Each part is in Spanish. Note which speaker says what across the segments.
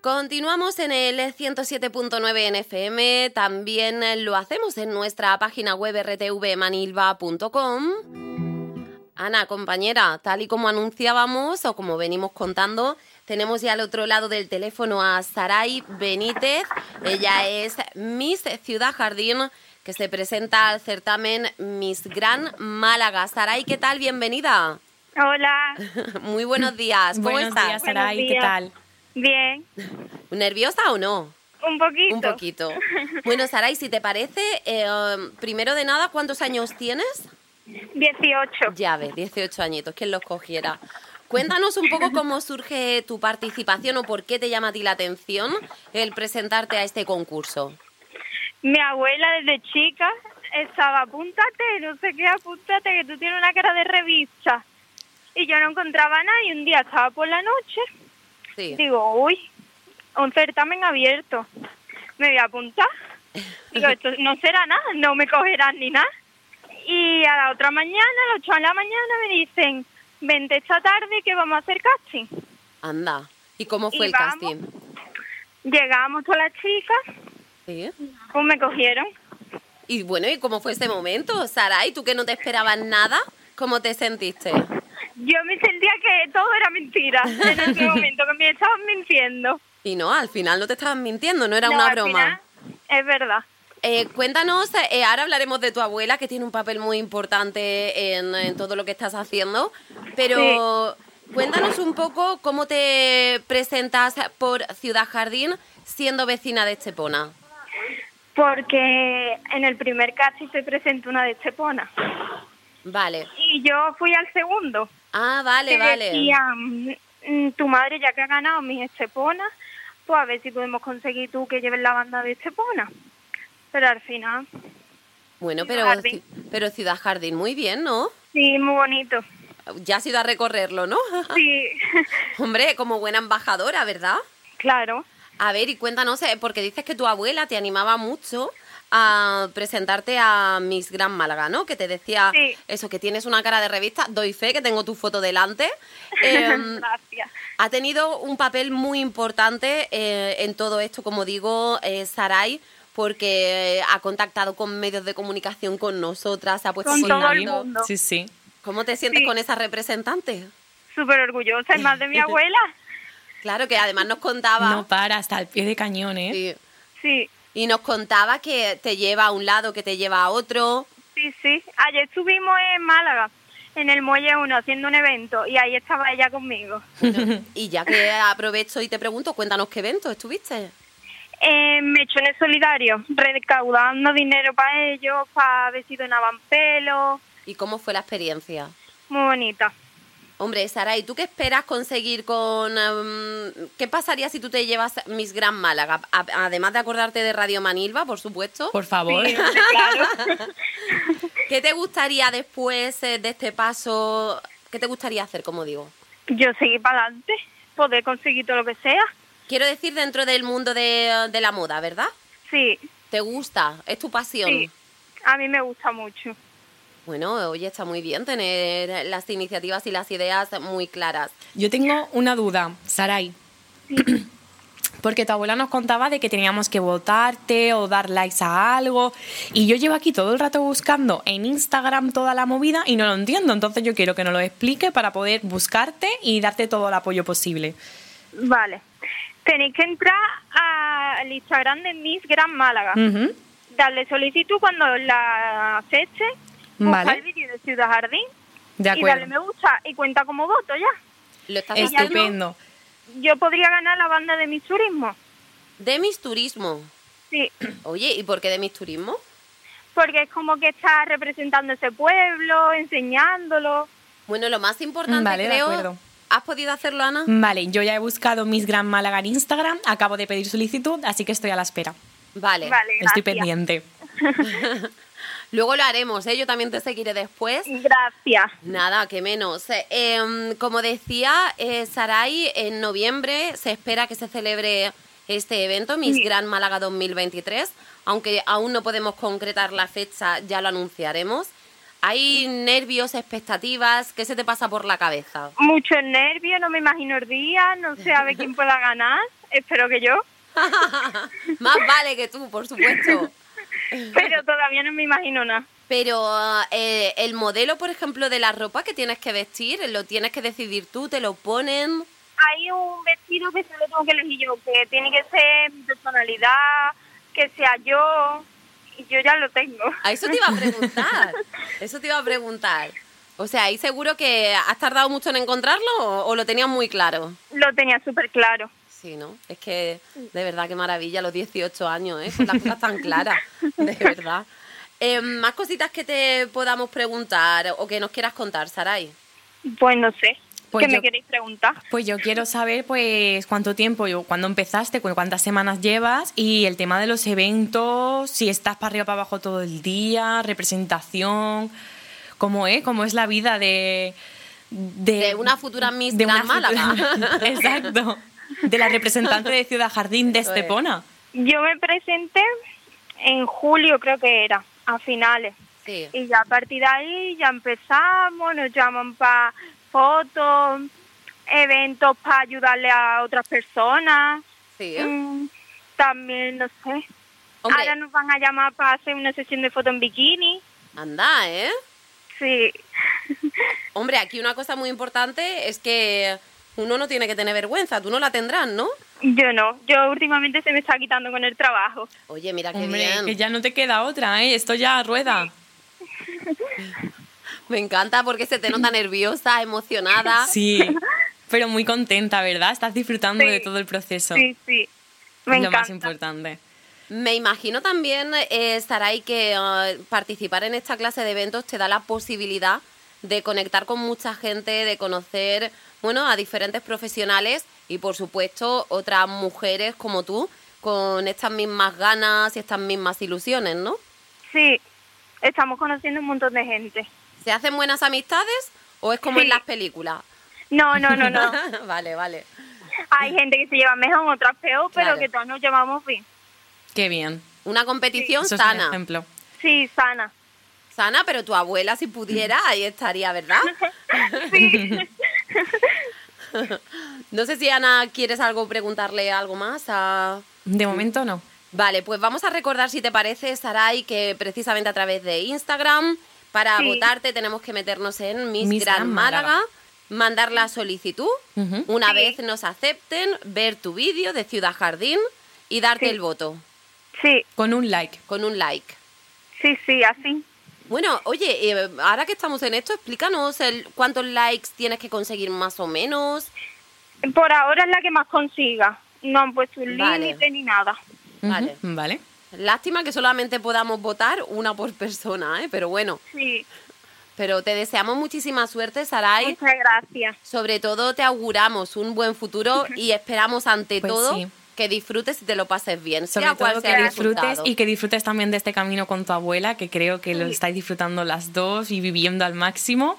Speaker 1: Continuamos en el 107.9 NFM, también lo hacemos en nuestra página web rtvmanilva.com. Ana, compañera, tal y como anunciábamos o como venimos contando, tenemos ya al otro lado del teléfono a Saray Benítez. Ella es Miss Ciudad Jardín, que se presenta al certamen Miss Gran Málaga. Saray, ¿qué tal? Bienvenida.
Speaker 2: Hola,
Speaker 1: Muy buenos días. ¿Cómo
Speaker 3: Buenos
Speaker 1: estás?
Speaker 3: días,
Speaker 2: Buenos
Speaker 3: Saray, ¿qué
Speaker 2: días.
Speaker 3: tal?
Speaker 2: bien,
Speaker 1: ¿Nerviosa o no?
Speaker 2: un poquito.
Speaker 1: Un poquito. Bueno, Saray, si te parece, eh, um, primero de nada, ¿cuántos años tienes?
Speaker 2: 18.
Speaker 1: Ya ves, 18 añitos, ¿quién los cogiera? Cuéntanos un poco cómo surge tu participación o por qué te llama a ti la atención el presentarte a este concurso.
Speaker 2: Mi abuela desde chica estaba, apúntate, no sé qué, apúntate, que tú tienes una cara de revista. Y yo no encontraba nada y un día estaba por la noche,
Speaker 1: Sí.
Speaker 2: digo, uy, un certamen abierto, me voy a apuntar. Digo, esto no será nada, no me cogerán ni nada. Y a la otra mañana, a las 8 de la mañana, me dicen, vente esta tarde que vamos a hacer casting.
Speaker 1: Anda. ¿Y cómo fue
Speaker 2: Y
Speaker 1: el
Speaker 2: vamos.
Speaker 1: casting?
Speaker 2: Llegamos todas las chicas,
Speaker 1: Sí.
Speaker 2: pues me cogieron.
Speaker 1: Y bueno, ¿y cómo fue ese momento, Saray? ¿Tú que no te esperabas nada? ¿Cómo te sentiste?
Speaker 2: Yo me sentía que todo era mentira en ese momento, que me estaban mintiendo.
Speaker 1: Y no, al final no te estaban mintiendo, no era
Speaker 2: No,
Speaker 1: una
Speaker 2: al
Speaker 1: broma.
Speaker 2: final, es verdad.
Speaker 1: Eh, cuéntanos, eh, ahora hablaremos de tu abuela, que tiene un papel muy importante en, en todo lo que estás haciendo, pero cuéntanos un poco cómo te presentas por Ciudad Jardín siendo vecina de Estepona.
Speaker 2: Porque en el primer casting se presentó una de Estepona.
Speaker 1: Vale.
Speaker 2: Y yo fui al segundo.
Speaker 1: Ah, vale,
Speaker 2: que
Speaker 1: vale.
Speaker 2: decían, "Mm, tu madre ya que ha ganado mis Estepona, pues a ver si podemos conseguir tú que lleves la banda de Estepona. Pero al final,
Speaker 1: Bueno,
Speaker 2: Ciudad
Speaker 1: pero,
Speaker 2: Jardín.
Speaker 1: ci- pero Ciudad Jardín, muy bien, ¿no?
Speaker 2: sí, muy bonito.
Speaker 1: Ya has ido a recorrerlo, ¿no?
Speaker 2: Sí,
Speaker 1: Hombre, como buena embajadora, ¿verdad?
Speaker 2: claro.
Speaker 1: A ver, y cuéntanos, eh, porque dices que tu abuela te animaba mucho a presentarte a Miss Gran Málaga, ¿no? Que te decía
Speaker 2: Sí.
Speaker 1: eso, que tienes una cara de revista, doy fe, que tengo tu foto delante. Em,
Speaker 2: Gracias.
Speaker 1: ha tenido un papel muy importante eh, en todo esto, como digo, eh, Sarai, porque ha contactado con medios de comunicación con nosotras, ha puesto
Speaker 2: Con
Speaker 1: en
Speaker 2: todo el
Speaker 1: contacto.
Speaker 2: mundo.
Speaker 3: Sí, sí.
Speaker 1: ¿Cómo te sientes
Speaker 2: Sí.
Speaker 1: con esa representante?
Speaker 2: Súper orgullosa, es más de mi abuela.
Speaker 1: Claro, que además nos contaba...
Speaker 3: No para, hasta el pie de cañón, ¿eh?
Speaker 1: Sí.
Speaker 2: Sí.
Speaker 1: Y nos contaba que te lleva a un lado, que te lleva a otro.
Speaker 2: Sí, sí. Ayer estuvimos en Málaga, en el Muelle 1, haciendo un evento, y ahí estaba ella conmigo.
Speaker 1: Y ya que aprovecho y te pregunto, cuéntanos qué evento estuviste.
Speaker 2: Eh, mechones solidarios, recaudando dinero para ellos, para ver si donaban pelo.
Speaker 1: ¿Y cómo fue la experiencia?
Speaker 2: Muy bonita.
Speaker 1: Hombre, Sara, ¿y tú qué esperas conseguir con... em, ¿Qué pasaría si tú te llevas Miss Gran Málaga? A- además de acordarte de Radio Manilva, por supuesto.
Speaker 3: Por favor.
Speaker 2: Sí, claro.
Speaker 1: ¿Qué te gustaría después eh, de este paso? ¿Qué te gustaría hacer, como digo?
Speaker 2: Yo seguí para adelante, poder conseguir todo lo que sea.
Speaker 1: Quiero decir, dentro del mundo de, de la moda, ¿verdad?
Speaker 2: Sí,
Speaker 1: ¿Te gusta? ¿Es tu pasión?
Speaker 2: sí. A mí me gusta mucho.
Speaker 1: Bueno, oye, está muy bien tener las iniciativas y las ideas muy claras.
Speaker 3: Yo tengo una duda, Saray. Porque tu abuela nos contaba de que teníamos que votarte o dar likes a algo. Y yo llevo aquí todo el rato buscando en Instagram toda la movida y no lo entiendo. Entonces yo quiero que nos lo explique para poder buscarte y darte todo el apoyo posible.
Speaker 2: Vale. Tenéis que entrar al Instagram de Miss Gran Málaga.
Speaker 3: Ujú.
Speaker 2: darle solicitud cuando la acepte, buscar
Speaker 3: Vale.
Speaker 2: el vídeo de Ciudad Jardín
Speaker 3: De
Speaker 2: y darle
Speaker 3: acuerdo.
Speaker 2: me gusta y cuenta como voto ya.
Speaker 1: Lo estás haciendo
Speaker 3: Estupendo.
Speaker 2: Yo podría ganar la banda de mis turismo,
Speaker 1: de mis turismo.
Speaker 2: sí,
Speaker 1: Oye, ¿y por qué de mis turismo?
Speaker 2: porque es como que está representando ese pueblo, enseñándolo.
Speaker 1: Bueno, lo más importante
Speaker 3: Vale, de
Speaker 1: creo.
Speaker 3: acuerdo. Mm.
Speaker 1: ¿Has podido hacerlo, Ana?
Speaker 3: Vale, yo ya he buscado Miss Gran Málaga en Instagram. Acabo de pedir solicitud, así que estoy a la espera.
Speaker 1: Vale.
Speaker 2: Vale, gracias.
Speaker 3: Estoy pendiente.
Speaker 1: Luego lo haremos, ¿eh? Yo también te seguiré después.
Speaker 2: Gracias.
Speaker 1: Nada, que menos. Eh, em, como decía eh, Saray, en noviembre se espera que se celebre este evento, Miss
Speaker 2: Sí.
Speaker 1: Gran Málaga 2023. Aunque aún no podemos concretar la fecha, ya lo anunciaremos. ¿Hay nervios, expectativas? ¿Qué se te pasa por la cabeza?
Speaker 2: Muchos nervios, no me imagino el día, no sé a ver quién pueda ganar, espero que yo.
Speaker 1: Más vale que tú, por supuesto.
Speaker 2: Pero todavía no me imagino nada.
Speaker 1: Pero eh, el modelo, por ejemplo, de la ropa que tienes que vestir, lo tienes que decidir tú, te lo ponen.
Speaker 2: Hay un vestido que solo tengo que elegir yo, que tiene que ser mi personalidad, que sea yo, y yo ya lo tengo.
Speaker 1: A eso te iba a preguntar. Eso te iba a preguntar. O sea, ¿y seguro que has tardado mucho en encontrarlo o, o lo tenías muy claro?
Speaker 2: Lo tenía súper claro.
Speaker 1: Sí, ¿no? Es que de verdad qué maravilla los 18 años, ¿eh? Con las cosas tan claras, de verdad. Eh, más cositas que te podamos preguntar o que nos quieras contar, Saray.
Speaker 2: Pues no sé.
Speaker 3: Pues
Speaker 2: ¿Qué
Speaker 3: yo-
Speaker 2: me queréis preguntar?
Speaker 3: Pues yo quiero saber pues cuánto tiempo, yo, cuándo empezaste, cu- cuántas semanas llevas y el tema de los eventos, si estás para arriba para abajo todo el día, representación, cómo es, cómo es la vida de
Speaker 1: De una futura Miss Gran Málaga.
Speaker 3: Exacto. De la representante de Ciudad Jardín de
Speaker 1: Eso es.
Speaker 3: Estepona.
Speaker 2: Yo me presenté en julio, creo que era, a finales.
Speaker 1: Sí.
Speaker 2: Y ya a partir de ahí ya empezamos, nos llaman para fotos, eventos para ayudarle a otras personas.
Speaker 1: Sí, ¿eh?
Speaker 2: Mm, También, no sé.
Speaker 1: Hombre.
Speaker 2: Ahora nos van a llamar para hacer una sesión de fotos en bikini.
Speaker 1: Anda, ¿eh?
Speaker 2: Sí.
Speaker 1: Hombre, aquí una cosa muy importante es que uno no tiene que tener vergüenza, tú no la tendrás, ¿no?
Speaker 2: Yo no. Yo últimamente se me está quitando con el trabajo.
Speaker 1: Oye, mira Ah, qué
Speaker 3: Hombre,
Speaker 1: bien.
Speaker 3: que ya no te queda otra, ¿eh? Esto ya rueda.
Speaker 1: Me encanta porque se te nota nerviosa, emocionada.
Speaker 3: Sí. Ah. Pero muy contenta, ¿verdad? Estás disfrutando
Speaker 2: Sí.
Speaker 3: de todo el proceso.
Speaker 2: Sí, sí. Me
Speaker 3: es lo más
Speaker 2: encanta.
Speaker 3: importante.
Speaker 1: Me imagino también, eh, Saray, que eh, participar en esta clase de eventos te da la posibilidad de conectar con mucha gente, de conocer, bueno, a diferentes profesionales y, por supuesto, otras mujeres como tú, con estas mismas ganas y estas mismas ilusiones, ¿no?
Speaker 2: Sí. Estamos conociendo un montón de gente.
Speaker 1: ¿Se hacen buenas amistades o es como en
Speaker 2: Sí.
Speaker 1: las películas?
Speaker 2: No, no, no, no.
Speaker 1: vale, vale.
Speaker 2: Hay gente que se lleva mejor, otras peor, pero
Speaker 1: Claro.
Speaker 2: que todas nos llevamos bien.
Speaker 3: Qué bien.
Speaker 1: Una competición
Speaker 3: Eso es un
Speaker 1: sana.
Speaker 3: ejemplo.
Speaker 2: Sí, sana.
Speaker 1: Sana, pero tu abuela, si pudiera, ahí estaría, ¿verdad?
Speaker 2: Sí.
Speaker 1: No sé si Ana, ¿quieres algo preguntarle algo más? a-
Speaker 3: De momento no.
Speaker 1: Vale, pues vamos a recordar, si te parece, Saray, que precisamente a través de Instagram, para
Speaker 2: Sí.
Speaker 1: votarte tenemos que meternos en Miss,
Speaker 3: Miss
Speaker 1: Gran,
Speaker 3: Gran
Speaker 1: Málaga,
Speaker 3: Málaga.
Speaker 1: mandar la solicitud,
Speaker 3: Ujú.
Speaker 1: una
Speaker 2: Sí.
Speaker 1: vez nos acepten, ver tu vídeo de Ciudad Jardín y darte
Speaker 2: Sí.
Speaker 1: el voto
Speaker 2: sí,
Speaker 3: Con un like.
Speaker 1: con un like.
Speaker 2: sí, sí, así.
Speaker 1: Bueno, oye, eh, ahora que estamos en esto, explícanos el, cuántos likes tienes que conseguir más o menos.
Speaker 2: Por ahora es la que más consiga. No han puesto un
Speaker 1: Vale.
Speaker 2: límite ni nada.
Speaker 1: Vale.
Speaker 3: Ujú, Vale.
Speaker 1: Lástima que solamente podamos votar una por persona, ¿eh? pero bueno.
Speaker 2: Sí,
Speaker 1: Pero te deseamos muchísima suerte, Saray.
Speaker 2: muchas gracias.
Speaker 1: Sobre todo te auguramos un buen futuro y esperamos ante
Speaker 3: Pues
Speaker 1: todo
Speaker 3: sí.
Speaker 1: que disfrutes y te lo pases bien.
Speaker 3: Sobre
Speaker 1: sea cual
Speaker 3: todo
Speaker 1: sea
Speaker 3: que
Speaker 1: el
Speaker 3: disfrutes
Speaker 1: resultado.
Speaker 3: y que disfrutes también de este camino con tu abuela, que creo que lo estáis disfrutando las dos y viviendo al máximo.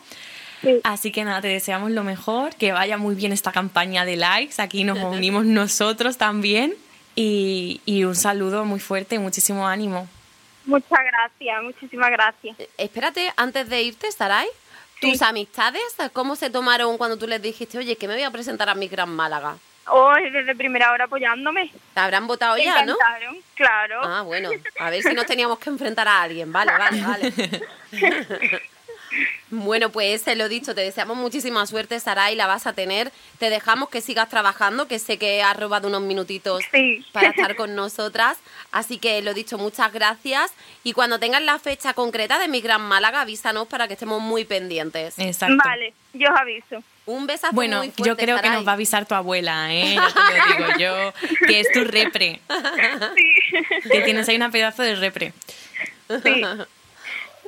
Speaker 2: Sí.
Speaker 3: Así que nada, te deseamos lo mejor, que vaya muy bien esta campaña de likes, aquí nos unimos nosotros también y, y un saludo muy fuerte, y muchísimo ánimo.
Speaker 2: Muchas gracias, muchísimas gracias.
Speaker 1: Eh, Espérate, antes de irte, Saray,
Speaker 2: Sí.
Speaker 1: tus amistades, ¿cómo se tomaron cuando tú les dijiste, oye, que me voy a presentar a mi Gran Málaga?
Speaker 2: Hoy desde primera hora apoyándome.
Speaker 1: Te habrán votado
Speaker 2: Me
Speaker 1: Oh, ya, ¿no?
Speaker 2: encantaron, claro.
Speaker 1: Ah, bueno, a ver si nos teníamos que enfrentar a alguien. Vale, vale, vale. Bueno, pues se lo dicho, te deseamos muchísima suerte, Saray, la vas a tener. Te dejamos que sigas trabajando, que sé que has robado unos minutitos
Speaker 2: Sí.
Speaker 1: para estar con nosotras. Así que lo dicho, muchas gracias. Y cuando tengas la fecha concreta de mi Gran Málaga, avísanos para que estemos muy pendientes.
Speaker 3: Exacto.
Speaker 2: Vale, yo os aviso.
Speaker 1: Un besazo
Speaker 3: Bueno,
Speaker 1: muy fuerte,
Speaker 3: yo creo que
Speaker 1: Saray.
Speaker 3: nos va a avisar tu abuela, ¿eh? Ya te lo digo yo, que es tu repre,
Speaker 2: Sí,
Speaker 3: que tienes ahí una pedazo de repre.
Speaker 2: sí.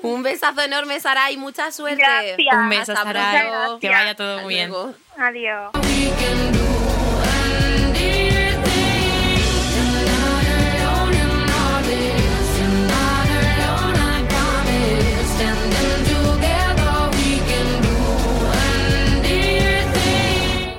Speaker 1: Un besazo enorme, Saray, mucha suerte.
Speaker 2: Gracias.
Speaker 3: Un beso,
Speaker 1: Hasta
Speaker 3: Saray,
Speaker 1: pronto.
Speaker 3: que vaya todo
Speaker 1: Hasta
Speaker 3: muy bien.
Speaker 1: luego.
Speaker 2: Adiós.
Speaker 4: we can do